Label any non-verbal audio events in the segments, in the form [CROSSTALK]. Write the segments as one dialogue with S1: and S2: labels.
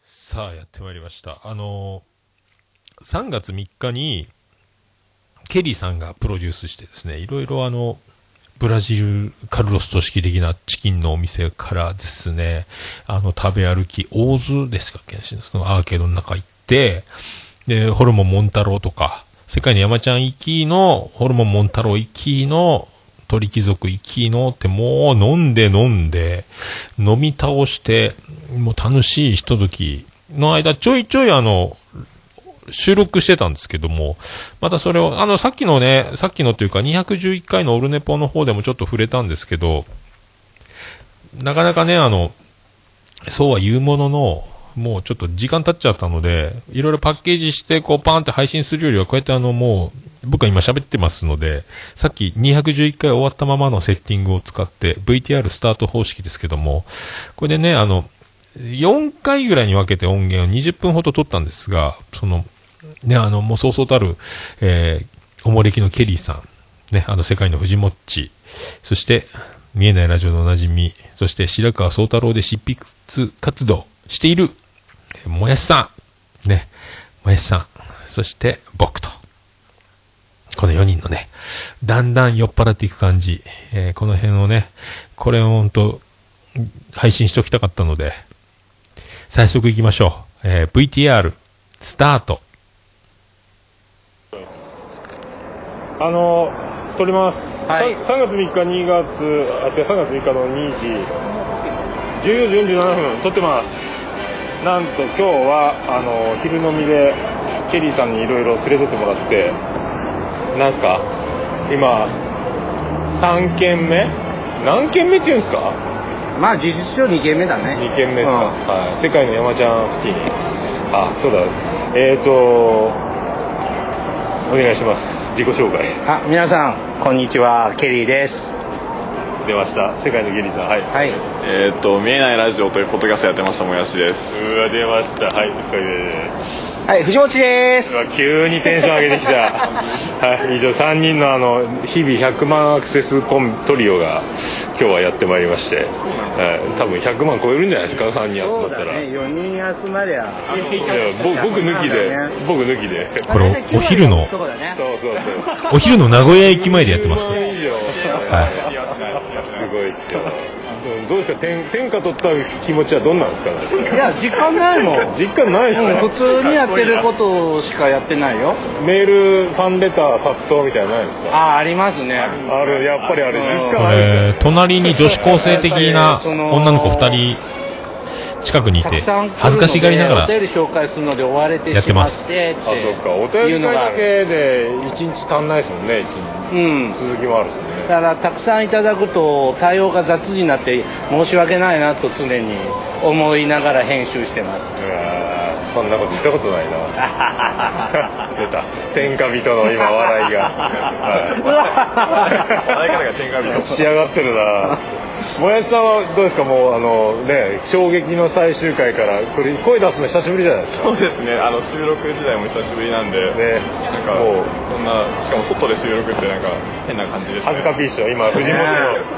S1: さあ、やってまいりました。あのー、3月3日に、ケリーさんがプロデュースしてですね、いろいろあの、ブラジル、カルロスと式的なチキンのお店からですね、あの、食べ歩き、大津ですか、ケンシンそのアーケードの中行って、で、ホルモンモンタロウとか、世界の山ちゃん行きの、ホルモンモンタロウ行きの、鳥貴族行きのってもう飲んで飲んで、飲み倒して、もう楽しいひとときの間、ちょいちょいあの、収録してたんですけども、またそれを、あの、さっきのね、さっきのというか、211回のオルネポの方でもちょっと触れたんですけど、なかなかね、あの、そうは言うものの、もうちょっと時間経っちゃったので、いろいろパッケージして、こう、パーンって配信するよりは、こうやってあの、もう、僕は今喋ってますので、さっき211回終わったままのセッティングを使って、VTR スタート方式ですけども、これでね、あの、4回ぐらいに分けて音源を20分ほど撮ったんですが、その、ね、あの、もうそうそうたる、えー、おもれきのケリーさん、ね、あの、世界の藤もっち、そして、見えないラジオのおなじみ、そして白川宗太郎で執筆活動している、えーもやしさん、ね、もやしさん、そして僕と、この4人のね、だんだん酔っ払っていく感じ、えーこの辺をね、これを本当配信しておきたかったので、早速行きましょう。えー VTR、スタート。
S2: あの撮ります、
S3: はい
S2: さ3月3日2月あ違う3月3日の2時14時47分撮ってますなんと今日はあの昼飲みでケリーさんにいろいろ連れてってもらってなんすか今3軒目何軒目っていうんですか
S3: まあ事実上2軒目だね
S2: 2軒目ですか、
S3: うん
S2: はい、世界の山ちゃん付近にあそうだえっ、ー、とお願いします自己紹介
S3: あ皆さんこんにちはケリーです
S2: 出ました世界のゲリーさんはい
S3: はい
S4: えーっと「見えないラジオ」というポッドキャストやってましたもやしです
S2: うわ出ましたはいこれで
S3: はい藤持で
S2: う
S3: す
S2: わ急にテンション
S3: [LAUGHS]
S2: 上げてきたはい以上3人のあの日々100万アクセスコントリオが今日はやってまいりまして、はい、多分100万超えるんじゃないですか3人
S3: そ
S2: 集
S3: う
S2: まっ
S3: だ
S2: たら、
S3: ね4人集まりゃ
S2: いやぼ僕抜きで、
S3: 100万だね
S2: 僕抜きで
S1: これおお昼の
S3: そうだね
S2: そうそうそう
S1: お昼の名古屋駅前でやってます
S2: すご
S1: ね。
S2: いよ。すごいっすよ。でもどうですか天天下取った気持ちはどんなんですかね。
S3: いや時間ないもんうん
S2: 実感ないです
S3: 普
S2: ね。
S3: 通にやってることしかやってないよ
S2: メールファンレター殺到みたいなのないですか。
S3: ああありますね
S2: あれやっぱりあれ実
S1: こ
S2: 感あるんだよ。
S1: れ、隣に女子高生的な女の子2人近くにい
S3: たく
S1: て、
S3: さん来るので
S1: 恥ずかしがりなが
S3: お
S1: ら、
S3: 便り紹介するので追われて
S1: やって
S3: しま
S1: ま
S3: っ
S1: す
S3: てって
S2: あそっかお便り会だけで一日足んないですもんね一日。
S3: うん
S2: 続きもあるしね。
S3: だからたくさんいただくと対応が雑になって申し訳ないなと常に思いながら編集してます
S2: うわーそんなこと言ったこと [LAUGHS] ないな出た天下人の今笑いがはい
S4: 笑い方が天下人
S2: 仕上がってるなもやしさんはどうですかもうあのね衝撃の最終回からこれ声出すの久しぶりじゃないですか
S4: そうですねあの収録時代も久しぶりなんで、
S2: ね
S4: なんか
S2: もう
S4: こんなしかも外で収録ってなんか変な感じです、
S2: 恥ずかしいっしょ今藤本
S3: ね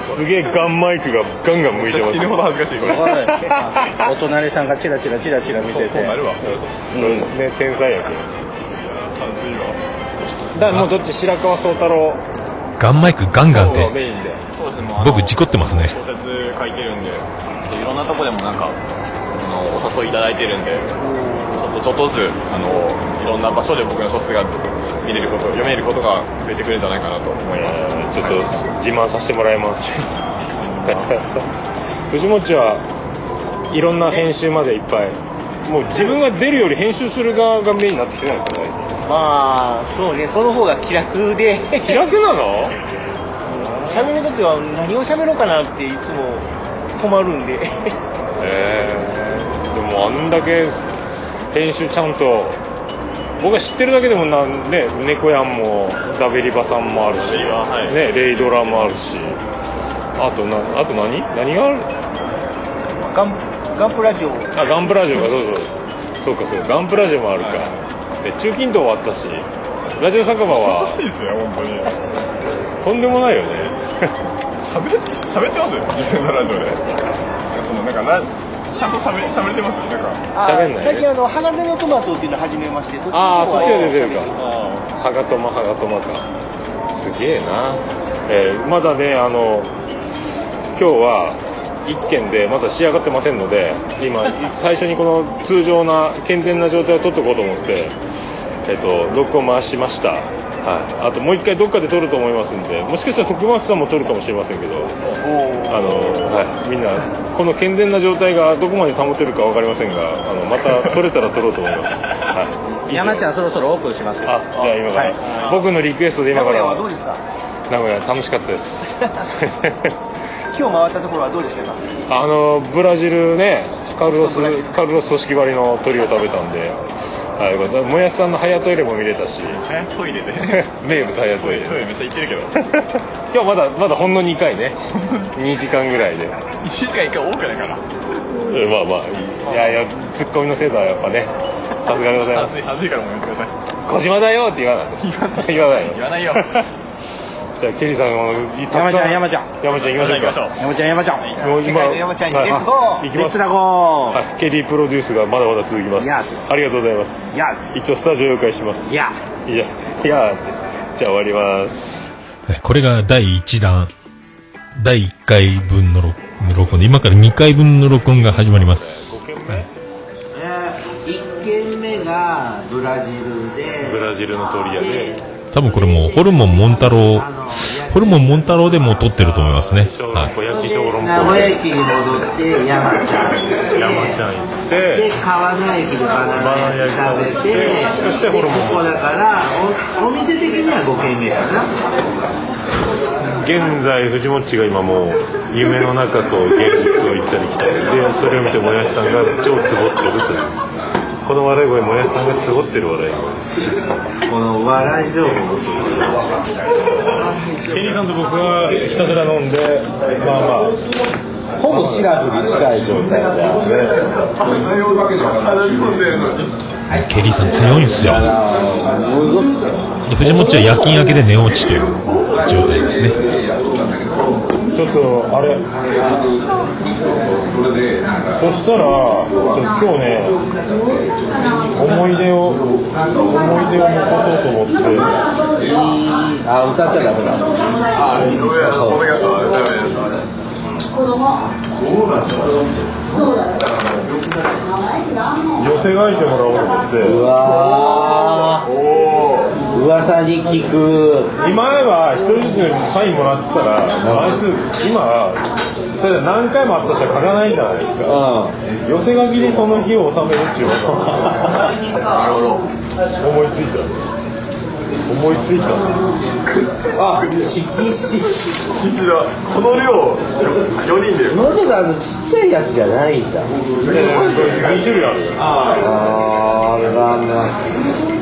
S2: のすげえガンマイクがガンガン向いてます
S4: 死ぬほど恥ずかし
S5: [LAUGHS]
S4: いこれ
S3: おいあお隣さんがチラチラチラチラ見て
S4: そう
S3: て
S4: なるわそうそう
S2: ね天才役
S4: 恥ずいわ
S2: だからもうどっち白川宗太郎
S1: ガンマイクガンガン
S4: そう
S1: で、
S4: メインでそうですねもうあの
S1: 僕事故ってますね。
S4: 小説書いてるんでちょっといろんなとこでもなんかあのお誘いいただいてるんでちょっとちょっとずつあのいろんな場所で僕の小説が見れること読めることが増えてくるんじゃないかなと思います
S2: ちょっと自慢させてもらいます [LAUGHS] 藤本はいろんな編集までいっぱいもう自分が出るより編集する側がメインになってきてないですかね
S3: まあそうねその方が気楽
S5: [LAUGHS]
S3: で
S2: 気楽なの
S3: 喋る時は何を喋ろうかなっていつも困るんで
S5: [LAUGHS]
S2: えーでもあんだけ編集ちゃんと僕が知ってるだけでもなんね猫やんもダベリバさんもあるし、
S4: ダベリバはい
S2: ね、レイドラもあるしあとなあと何何がある
S3: ガンガンプラジオ
S2: あガンプラジオかそうそうそうかそうガンプラジオもあるか、で中近東はあったしラジオ酒場は
S4: 楽しいですね本当に
S2: とんでもないよね
S4: 喋って喋ってますよ自分のラジオでなんかそのなんかラちゃんと喋れ喋れてますなんか
S6: あ
S2: 喋んないね
S6: 最近あの花根のトマトっていうのを始めましてそっちの
S2: ああそっちで出てるか
S6: 喋
S2: ハガトマハガトマかすげえな、えーまだねあの今日は1軒でまだ仕上がってませんので今最初にこの通常な健全な状態を取っておこうと思ってえっ、と録音回しましたはい、あともう一回どっかで撮ると思いますんでもしかしたら徳松さんも撮るかもしれませんけどあの、はい、みんなこの健全な状態がどこまで保てるか分かりませんがあのまた撮れたら撮ろうと思います、はい、以上
S6: 山ちゃんそろそろオープンしますよ
S2: あ、じゃあ今から、
S6: は
S2: 僕のリクエストで
S6: い名
S2: 今か
S6: 古
S2: ら
S6: 屋はどうでした
S2: 名古屋楽しかったです
S6: 今日回ったところはどうでしたか
S2: あのブラジルねカルロ
S6: そうブラジ
S2: ス
S6: ル
S2: カルロス組織割りの鳥を食べたんであよかったもやしさんの早トイレも見れたし
S4: えトイ [LAUGHS] レで
S2: 名物早ト
S4: ト
S2: イ
S4: イ
S2: レ
S4: レめっちゃ行ってるけど
S2: 今日まだまだほんの2
S6: [LAUGHS]
S2: 回ね2時間ぐらいで
S4: 1時間1回多くないかな
S2: えまあまあいやいやツッコミのせいだやっぱねさすがでございます
S4: 暑い暑いからもうやめてください
S2: 小島だよって言わない [LAUGHS] 言わない
S4: 言わないよ
S2: じゃあケリーさんも
S3: 山ちゃん山ちゃん
S2: 山ちゃん行きましょうか
S4: 行きましょう
S3: 山ちゃん山ちゃん
S2: もう
S6: 世界の山ちゃんに
S2: はい
S6: レッツゴー
S2: 行き
S3: レ
S2: ま
S3: ッ
S2: す
S3: ツラゴー
S2: はい、ケリープロデュースがまだまだ続きます。
S3: Yes
S2: ありがとうございます。
S3: イエス
S2: 一応スタジオ了解します。
S3: いや
S2: いや、いや、じゃあ終わります。
S1: これが第1弾、第1回分の録録音で、今から2回分の録音が始まります。
S5: 1軒目がブラジルで
S2: ブラジルの鳥屋で、
S1: 多分これもうホルモンモンタロウ、ホルモンモンタロウでもう撮ってると思いますね。
S2: 小
S1: は
S2: 籠
S1: い。
S2: 包焼き小籠
S5: 名古
S2: 包
S5: 屋
S2: で、
S5: 駅に戻って山ちゃんで
S2: [LAUGHS] 山ちゃん行って、
S5: で川名駅でバナナ焼き食べて
S2: そしてホルモン
S5: でここだからおお店的には5軒目かな
S2: 現在、藤本っちが今もう、夢の中と現実を行ったり来たり、で、それを見てもやしさんが超つぼってるという。この笑い声、もやしさんがつぼってる笑い声。
S5: この笑い情報もすごい
S2: ケリーさんと僕はひたすら飲んで、まあまあ、
S5: ほぼシラフに近い状態
S1: ケリーさん強いんすよ。で藤本っちは夜勤明けで寝落ちという状態ですね。
S2: ちょっとあれそしたらちょ今日ね思い出を思い出を残そうと思って
S5: あ歌ったらダメだ
S2: 寄せ書いてもらおうと思って
S5: うわー噂に聞く
S2: 今は一人ずつサインもらってたら枚数今それで何回もあったって書かないじゃないですか寄せ書きにその日を収めるっていうことが思いついた思いついた
S4: 一度この量4人で
S5: ノルダのちっちゃいやつじゃないんだ
S2: 2種類あるよ
S5: あれはな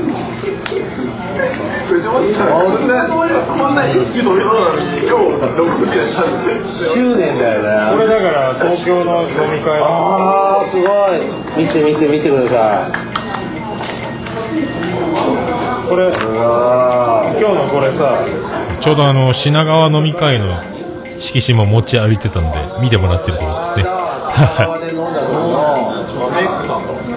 S4: こんな意識の量なのに今日6人やったんで
S5: 執念だよな
S2: これだから東京の飲み会の
S5: あーすごい見せて見せて見せてください
S2: これ今日のこれさ
S1: ちょうどあの、品川飲み会の色紙も持ち歩いてたんで、見てもらってるところですね。は
S5: で飲んだの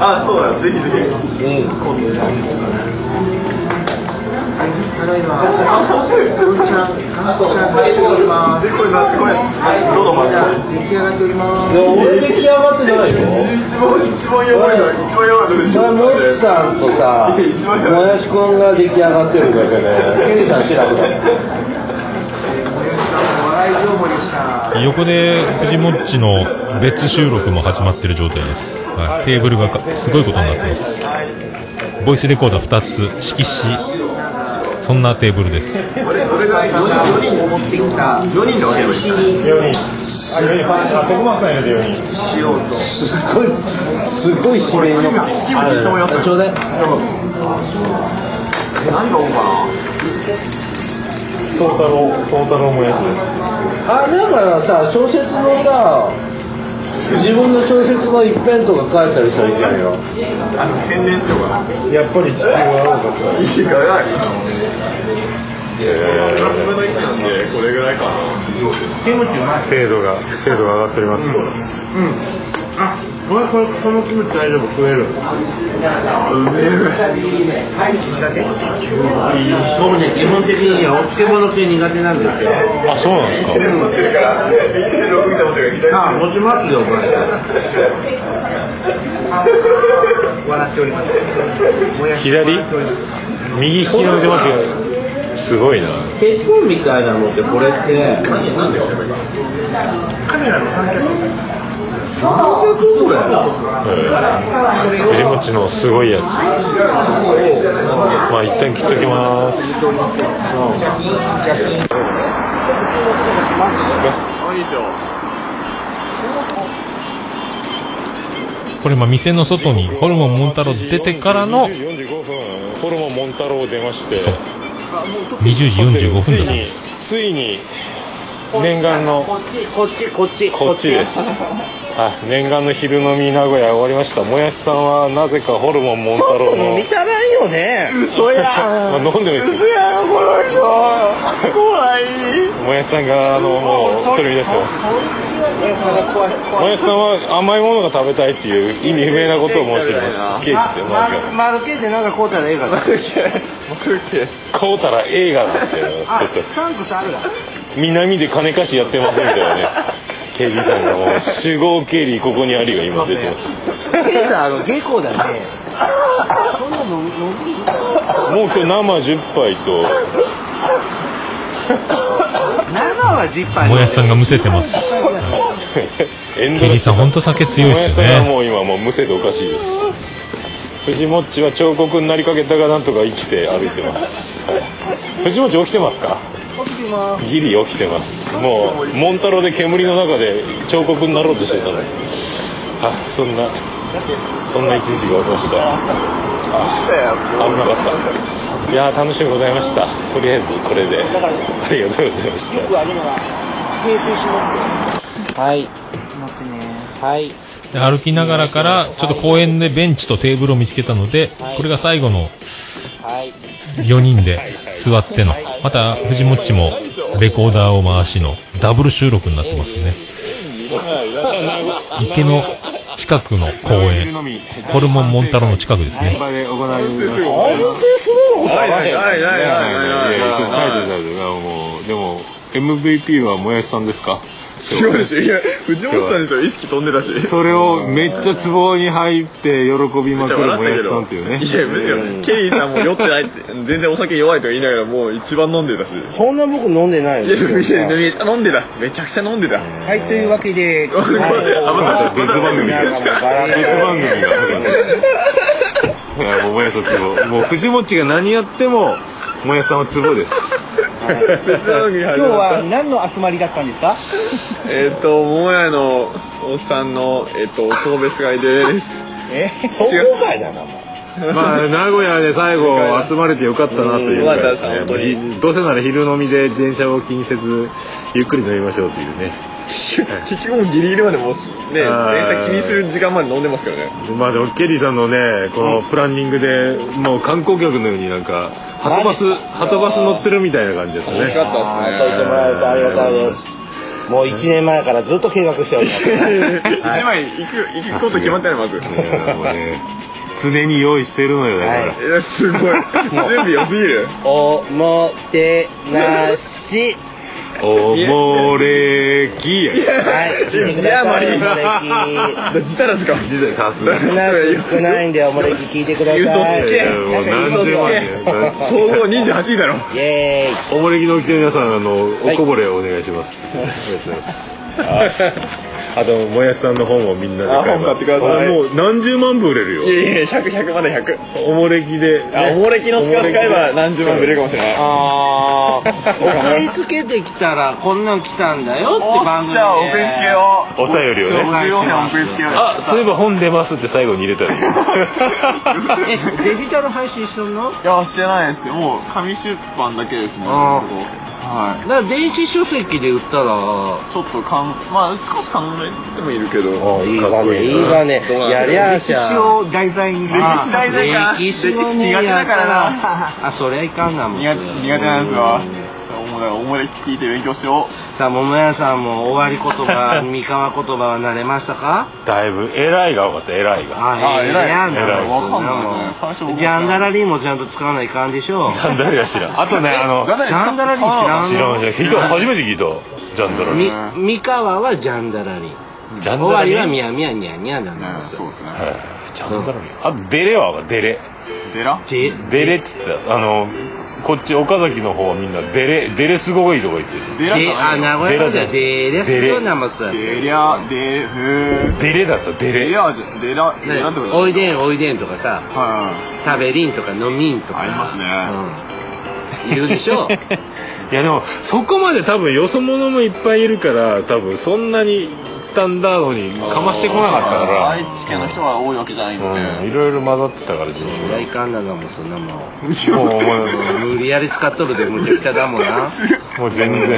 S4: あそうだぜひぜひでこれなってこれはいどうぞまず
S5: いや俺出来上がってないよ
S4: 一番一番やばいの一番やばいのでし
S5: それ
S4: ょ
S5: モッチさんとさもやしくんが出来上がってるんだけどケリーさん知らんか
S1: い。横で藤本っちの別収録も始まってる状態です。はい。テーブルがかすごいことになってます。ボイスレコーダー2つ、色紙、そんなテーブルです。
S2: 4人あ4人あ徳松さん入れて4人
S5: すごいすごい締めのあちょうだい
S2: 宗太郎宗太郎もやしです
S5: あだからさ小説のさ自分の小説の一編とか書いたりしたらいいんじゃないの
S4: 宣伝しようかな
S2: やっぱり地球は青かっ
S4: いいから3分の1なんでこれぐらいかな
S2: 精度が精度が上がっております、
S5: 僕ね基本的にはお漬物系苦手なんですよ
S1: あ、そうなんですか。
S5: ああ持ちますよこれ
S1: 左右利きの腕巻きがすごいな。
S5: 結婚みたいなのってこれってカメラの三脚三脚それ
S1: 腕持ちのすごいやつ。まあ、一旦切っときます。
S4: あいいですよ
S1: これ、まあ、店の外にホルモンモンタロウ出てからの
S2: 10時45分ホルモンモンタロウを出まして
S1: そう20時45分だそう
S2: つい
S1: で
S2: に
S1: す。
S2: ついに念願の
S5: こっちこっちこっち
S2: こっち [LAUGHS] ですあ念願の昼飲み名古屋終わりましたもやしさんはなぜかホルモンモンタロウの
S3: 見たないよね
S2: まあ、飲んでもいいですけどもやしさんがあのもう取り乱してますもやしさんは甘いものが食べたいっていう意味不明なことを申していますケーキってまあ
S3: 丸系でなんかこうたらええから
S2: 買うたら映画だってちょっと
S3: サンクスあるわ
S2: 南で金貸しやってますみたいなね [LAUGHS] 警備さんがもう集合経理ここにあるよ今出てます
S6: ケイさん、あの、下校だね。そんなの、のび
S2: もう今日生10杯と
S3: 長はジッパー
S1: もやしさんがむせてます。
S2: エン
S1: ケ
S2: ド
S1: リー
S2: レ
S1: さん、
S2: ス
S1: ほんと酒強いっすよ
S2: さんは
S1: ね。
S2: もう今もうむせておかしいです藤もっちは彫刻になりかけたがなんとか生きて歩いてます藤もっち起きてますかギリ起きてますもうモンタロウで煙の中で彫刻になろうとしてたのにあそんなそんな一日が起こしたあ危なかったいやー楽しみございましたとりあえずこれでありがとうございました
S6: あるのが、平成しまって。
S3: はい
S6: 待ってね。
S3: はい
S1: で歩きながらから、ちょっと公園でベンチとテーブルを見つけたので、これが最後の
S3: はい
S1: 4人で座っての、また藤もっちもレコーダーを回しのダブル収録になってますね。池の近くの公園、ホルモンモンタロウの近くですね。
S2: ないないないないないないや一応書いてたけどなもうでも MVP はもやしさんですか
S4: 違うでしょいや藤本さんでしょ意識飛んでたし
S2: それをめっちゃ壺に入って喜びまく
S4: じゃあ
S2: るも
S4: 笑
S2: や
S4: っ
S2: し
S4: たけ
S2: さ
S4: ど
S2: んっていうね
S4: いやむしろケリーさんも酔ってないって全然お酒弱いとか言いながらもう一番飲んでたしい
S3: そんな僕飲んでないよ
S4: やめちゃめちゃ飲んでためちゃくちゃ飲んでた
S6: はい、というわけで、
S4: これ危なかった
S2: 別番組
S3: なんかもうバラ
S2: 別番組がそうだねいやもうもやしさん壺もう藤もっちが何やってももやしさんは壺 [LAUGHS] です
S4: 別番組
S6: 今
S4: 始
S6: 日
S4: まった
S6: は何の集まりだったんですか
S4: [LAUGHS] えっともやのおっさんのえっと送別会です
S6: え
S4: 総合
S6: 会だな。
S2: まあ名古屋で最後集まれてよかったなというかですね
S4: うんよかったです
S2: どうせなら昼飲みで電車を気にせずゆっくり飲みましょうというね
S4: 結局もうギリギリまでもうしね電
S2: あー
S4: 車気にする時間まで飲んでますからね
S2: まあでもケリーさんのねこのプランニングでもう観光客のようになんかはとバスはとバス乗ってるみたいな感じだったね
S4: 楽しかった
S3: そう言ってもらえるとありがたいですもう1年前からずっと計画しております
S4: [LAUGHS] ですね一枚行く行くこと決まったねまず
S2: ねもうね常に用意してるのよだから、
S3: はい
S4: やすごい準備良すぎる
S3: おもてなし
S2: おもれきや
S3: はい聞いてくださいおもれき
S4: 自たらずかもしれない
S2: さすが
S3: 少ない少ないんでおもれき聞いてください
S4: 嘘つ
S2: い
S4: け
S2: やもう何十万ね
S4: 総合28位だろ
S3: イエーイ
S2: おもれきの起きてる皆さんあのおこぼれをお願いします、ありがとうございますあともやしさんの本をみんなで買えば
S4: あ本買ってください
S2: あもう何十万部売れる
S4: い
S2: よ
S4: やいや100、100まだ100。
S2: おもれきで
S4: あ、おもれきの力使えば何十万売れるかもしれない。
S3: あー [LAUGHS] 送りつけてきたらこんなん来たんだよって番組で
S4: よ
S2: お便りをね
S3: 介します
S4: りつけよう
S2: あそういえば本出ますって最後に入れ
S3: [LAUGHS]
S2: たよ
S3: えデジタル配信してんの
S4: いや、してないですけど、もう紙出版だけですね。
S3: あ
S4: は
S5: だから電子書籍で売ったら
S4: いちょっとかんまあ少し考えてもいるけど
S5: あいい
S4: か
S5: わ
S4: っこ
S5: ねいい
S4: な
S5: わね
S4: どうなんだ
S5: や
S4: ろう
S5: りゃあし
S6: 歴
S5: ゃ
S6: 史を題材に
S4: 歴史大事か
S5: 歴
S4: 歴
S5: 史
S4: 史
S5: は
S4: 苦
S5: ね
S4: 手だからな
S5: なあそれはいかんなもん
S4: 苦手苦手なんですわそうおもろいおもれき聞いて勉強しよ
S5: さあ桃屋さんも終わり言葉三河言葉は慣れましたか
S2: だいぶ偉いが分かった偉いが
S5: あ
S4: あ
S5: ええ
S4: 偉い
S5: やん
S2: 偉い
S5: もう
S4: わかんないね最初僕
S5: ジャンダラリーもちゃんと使わないかんでしょう
S2: ジャンダルや知らんあとねあ
S4: う
S2: の
S4: ジ
S5: ジャンダラリー知らん
S2: 知らんじゃん聞いた初めて聞いたジャンダル
S5: み三河はジャンダラリー
S2: ジャン
S5: 終わ
S2: ダル
S5: りは
S2: に
S5: ミヤミヤニャニャなんです
S4: そうですね
S2: ジャンダルにあとデレはわかるデレ
S4: デラ
S5: で
S2: デレっつってたあのこっち岡崎の方はみんなデレデレすごいとか言ってる
S4: デラじ
S5: で
S4: ゃな
S5: あ
S4: いよ
S5: 名古屋じゃでレスよなます
S4: デリャデレフ
S2: デレだったデ
S4: デ
S2: レ
S4: ラじゃデラデラってこと
S5: おいでんおいでんとかさ
S4: はい
S5: 食べりんとか飲みんとか
S4: ありますね
S5: うん言うでしょ
S2: いやでもそこまで多分よそ者もいっぱいいるから多分そんなにスタンダードにかましてこなかったから
S4: 愛知県の人は多いわけじゃないんです
S2: うん
S4: ね
S2: いろいろ混ざってたから自分
S5: そりゃいかんなのもそんなもん
S2: もうもう
S5: 無理やり使っとるでむちゃくちゃだもんな
S2: もう全然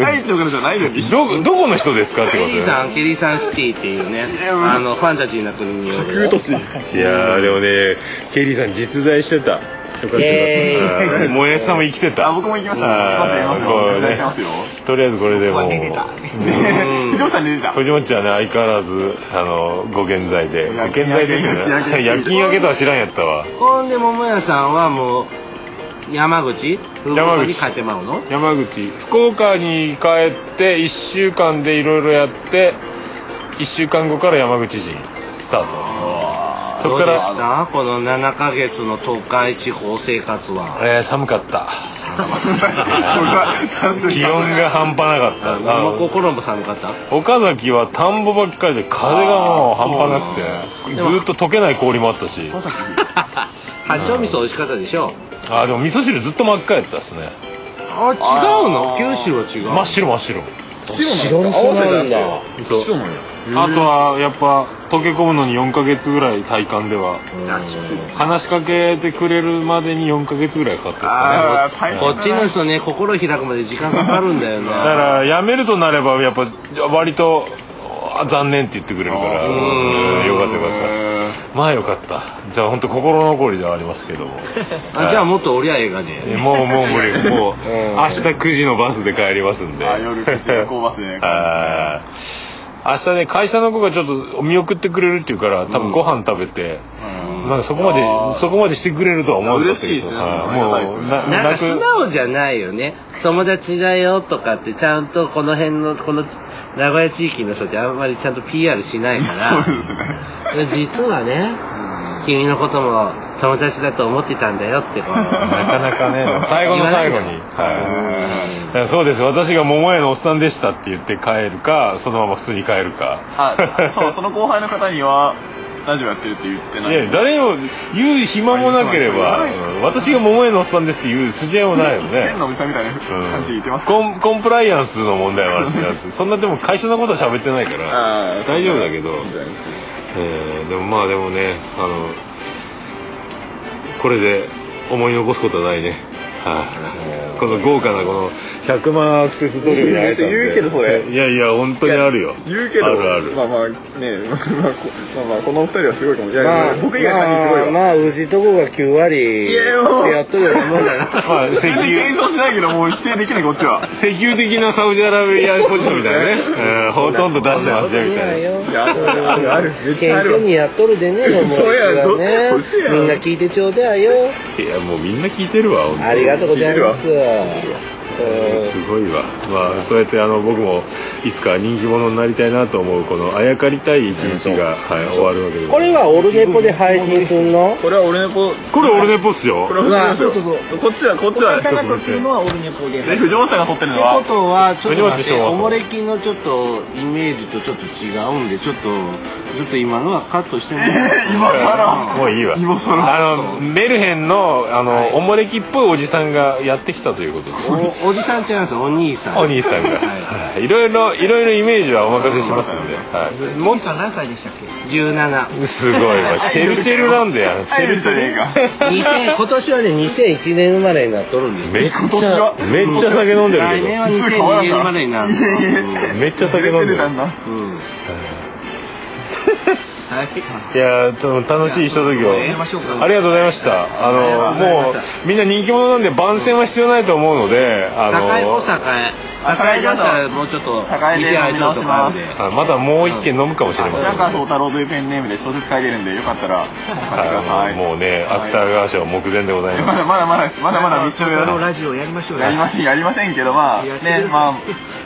S4: ないところじゃないよね
S2: どどこの人ですかって
S5: ケ
S2: こ
S5: リー
S2: とだよ
S5: さんケリーさんシティっていうねあのファンタジーな国による
S4: 都市
S2: いやーでもねケリーさん実在してたよかった
S5: イエ
S2: うんもえさんも生きて
S4: あ
S2: た
S4: 僕も行きました行きますよ行きますよお伝えしますよ
S2: とりあえずこれでもう
S6: 出てた
S4: 藤本さん出てた
S2: 藤本ちゃんはね相変わらずあのご健在で
S4: 夜
S2: ご健在でって
S4: 夜勤
S2: ね夜勤明けとは知らんやったわ
S5: ほんで桃屋さんはもう山口福岡に帰ってまうの
S2: 山口福岡に帰って1週間でいろいろやって1週間後から山口人スタートそこ
S5: どう
S2: か
S5: で
S2: ら
S5: したこの7ヶ月の東海地方生活は
S2: えー寒かった
S4: そ
S2: 気温が半端なかったあ
S5: もう
S2: の
S5: 心も寒かった
S2: 岡崎は田んぼばっかりで風がもう半端なくてずーっと溶けない氷もあったし
S5: 八丁味噌美味しかったでしょ
S2: あーでも味噌汁ずっと真っ赤やったっすね
S5: あ違うの九州は違う
S2: 真っ白真っ白
S4: 白なんだ合わせなんだ
S5: そう
S4: 白なんや
S2: あとはやっぱ溶け込むのに4ヶ月ぐらい体感では話しかけてくれるまでに4ヶ月ぐらいかかったですかね
S4: あー大変
S5: こっちの人ね心開くまで時間かかるんだよね
S2: だから辞めるとなればやっぱ割とあ残念って言ってくれるからうんよかったよかったまあよかったじゃあ本当心残りではありますけども
S5: あじゃあもっとおりゃええがね
S2: えもうもう無理
S4: [LAUGHS]
S2: もう明日9時のバスで帰りますんで
S4: あ夜9時夜行バ
S2: [LAUGHS]
S4: スで帰りま
S2: あー明日ね会社の子がちょっと見送ってくれるっていうから多分ご飯食べて、なんかそこまでそこまでしてくれるとは思うんだけど
S4: 嬉しいですね
S2: あー
S4: やばいで
S2: も
S4: す
S2: う
S4: ね
S2: な
S5: なん
S2: な
S5: か
S2: く
S5: 素直じゃないよね友達だよとかってちゃんとこの辺のこの名古屋地域の人ってあんまりちゃんと PR しないから
S4: そうですね
S5: 実はね君のことも友達だと思ってたんだよってこう
S2: なかなかね最後の最後に、はい、だからそうです私が桃屋のおっさんでしたって言って帰るかそのまま普通に帰るか
S4: あそうその後輩の方にはラジオやってるって言ってないい
S2: や誰にも言う暇もなければ、うん私が桃屋のおっさんですっていう筋合いもないよね
S4: 変なおじさんみたいな感じで言ってますか、
S2: コンコンプライアンスの問題はあるしだ
S4: [LAUGHS]
S2: ってそんなでも会社のことは喋ってないから
S4: あ
S2: 大丈夫だけど、
S4: みたいですけど
S2: えーでもまあでもねあのこれで思い残すことはないねはい、この豪華なこの100万アクセスドルに会えたんで
S4: 言うけどそれ
S2: いやいや本当にあるよ
S4: 言うけど
S2: あるある、
S4: まあまあね [LAUGHS] まあこまあまあこのお二人はすごいかもいや、まあ、僕以外3人すごい
S5: まあ
S4: わ、
S5: まあうちとこが9割って
S4: やもう
S5: やっとるようなもんだな
S2: まあ石
S4: 全然
S2: 油
S4: 謙遜しないけどもう否定できないこっちは
S2: 石油的なサウジアラビアポジションみたいなね、 [LAUGHS] うん、ほとんど出してますよみたいな
S4: あるあるあるめっち
S5: 謙
S4: ゃある
S5: 虚
S4: わ
S5: にやっとるで
S4: [LAUGHS]
S5: ねもう
S4: 嘘や
S5: これは
S4: 嘘や
S5: ねみんな聞いてちょうだいよ
S2: いやもうみんな聞いてるわ本当
S5: ありがとうございますうん
S2: すごいわまあそうやってあの僕もいつか人気者になりたいなと思うこのあやかりたい一日が、はい、終わるわけです
S5: これはオルネポで配信すんの
S4: これは俺のこ
S2: これ俺のポっすよ
S4: これは藤
S6: そう
S4: 本
S6: そう
S4: さんで
S6: そう
S4: すよこっちはこっちは
S6: 岡さんが撮ってるのはオルネポで
S4: ね藤本さんが撮ってる
S5: っ
S4: の
S5: て
S4: は
S5: ことはちょっと待って
S2: 藤本師匠は
S5: お
S2: そう
S5: もれきのちょっとイメージとちょっと違うんでちょっとちょっと今のはカットしても
S4: [LAUGHS] 今更
S2: もういいわ
S4: 今更
S2: あのメルヘンのあの、おもれきっぽいおじさんがやってきたということで
S5: おおじさん違いますお兄さ
S2: [LAUGHS]
S5: ん
S2: お兄さんが、はい、いろいろいろいろイメージはお任せしますんで、は
S6: もんさん何歳でしたっけ
S5: 17
S2: い、 [LAUGHS] すごいわチェルチェルなんだよチェルチェル
S5: 2000今年はね2001年生まれになっとるんですよ
S2: めっちゃめっちゃ酒飲んでる
S5: 来年は2002年生まれになるん
S2: けどめっちゃ酒飲んでる [LAUGHS]
S6: はい
S2: いやーでも楽しいひとときを
S6: やめましょうか
S2: ありがとうございましたあのもうみんな人気者なんで番宣は必要ないと思うのであの
S5: 栄も栄栄だったらもうちょっと店
S7: 栄で
S5: 開いてるとかあるんで
S2: あまだもう一軒飲むかもしれません
S7: 白川宗太郎というペンネームで小説書いてるんでよかったら買ってくださ
S2: あの
S7: い
S2: もうね芥川賞目前でござい
S7: ま
S2: ます
S7: だまだまだまだまだ道をや
S6: あの
S7: ろう
S6: ラジオやりましょうよ
S7: やりませんやりませんけどまあねまあ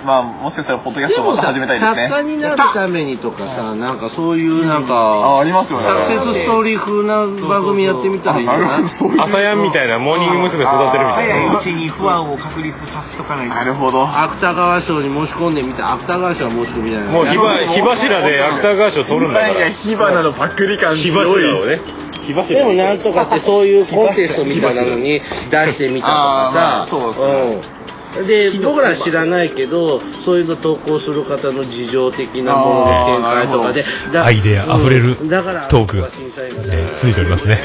S7: まあもしかしたらポッドキャス
S5: で
S7: トを
S5: も
S7: また
S5: さ
S7: 始めたいですね
S5: 作家になるためにとかさなんかそういうなん
S7: ああ
S5: か
S7: りますよね
S5: サクセスストーリー風な番組やってみたらいいかな
S2: 朝やんみたいなモーニング娘。育てるみたいな
S6: 早いうちに不安を確立させとかないと
S7: なるほど
S5: 芥川賞に申し込んでみた芥川賞は申し込みじゃない
S2: もう火ば火柱で芥川賞取るんだか
S7: いや
S2: ら
S7: 火花のパクリ感
S2: 火
S7: すごい
S2: 柱をね火柱
S5: でもなんとかってそういうコンテストみたいなの [LAUGHS] に出してみたとかさ
S7: あーまあそう
S5: うんで僕ら知らないけどそういうの投稿する方の事情的なものの見解とかでだ
S1: アイデア溢れる
S5: うんだから
S1: トークが
S5: 震災が
S1: えー続いておりますね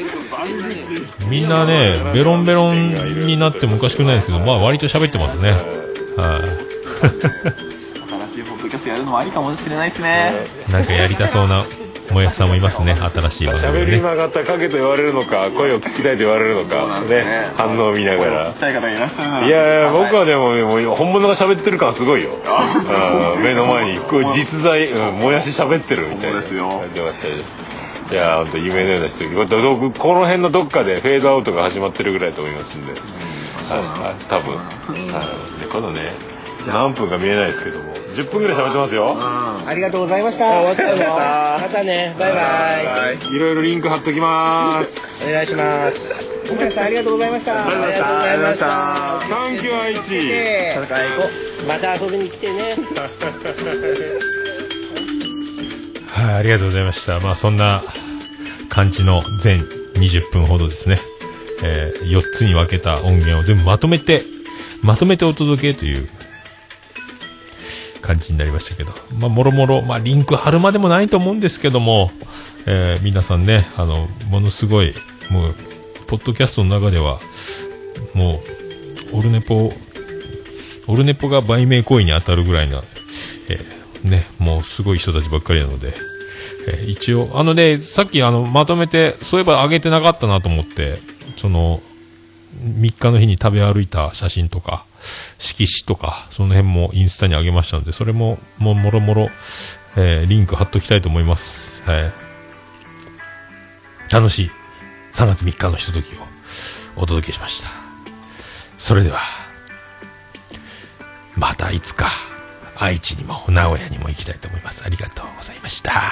S1: [LAUGHS] みんなねベロンベロンになってもおかしくないですけどまあ割と喋ってますねはい
S7: 新しいポッドキャストやるのもありかもしれないですね
S1: なんかやりたそうなもやしさんもいますね新しい番
S2: 喋
S1: 組
S2: り
S1: ね
S2: 曲がったかけと言われるのか声を聞きたいと言われるのかね反応を見ながら
S7: 聞きたい方がいらっしゃるなら
S2: いやいや僕はでももう本物が喋ってる感すごいようん目の前にこう実在、うん、もやし喋ってるみたい
S7: そう
S2: な
S7: ですよ
S2: やってましたよいや本当夢のような人これどここの辺のどっかでフェードアウトが始まってるぐらいだと思いますんで、はいはい、多分、はい、でこのね何分か見えないですけども10分ぐらい喋ってますよ
S6: ありがとうございました
S5: またねバイバイ
S2: いろいろリンク貼っときます
S5: お願いします
S6: 岡田さんありがとうございました
S5: ありがとうございました
S2: サンキュー愛知
S5: また遊びに来てね
S1: はい、ありがとうございました。まあ、そんな感じの全20分ほどですね、えー4つに分けた音源を全部まとめて、まとめてお届けという感じになりましたけど、まあ、もろもろ、まあ、リンク貼るまでもないと思うんですけども、えー皆さんね、あの、ものすごい、もう、ポッドキャストの中では、もう、オルネポ、オルネポが売名行為に当たるぐらいな、えーね、もうすごい人たちばっかりなので、えー一応、あのね、さっきあの、まとめて、そういえば上げてなかったなと思って、その、3日の日に食べ歩いた写真とか、色紙とか、その辺もインスタに上げましたので、それも、もうもろもろ、えーリンク貼っときたいと思います。はい。楽しい3月3日のひとときをお届けしました。それでは、またいつか愛知にも名古屋にも行きたいと思いますありがとうございました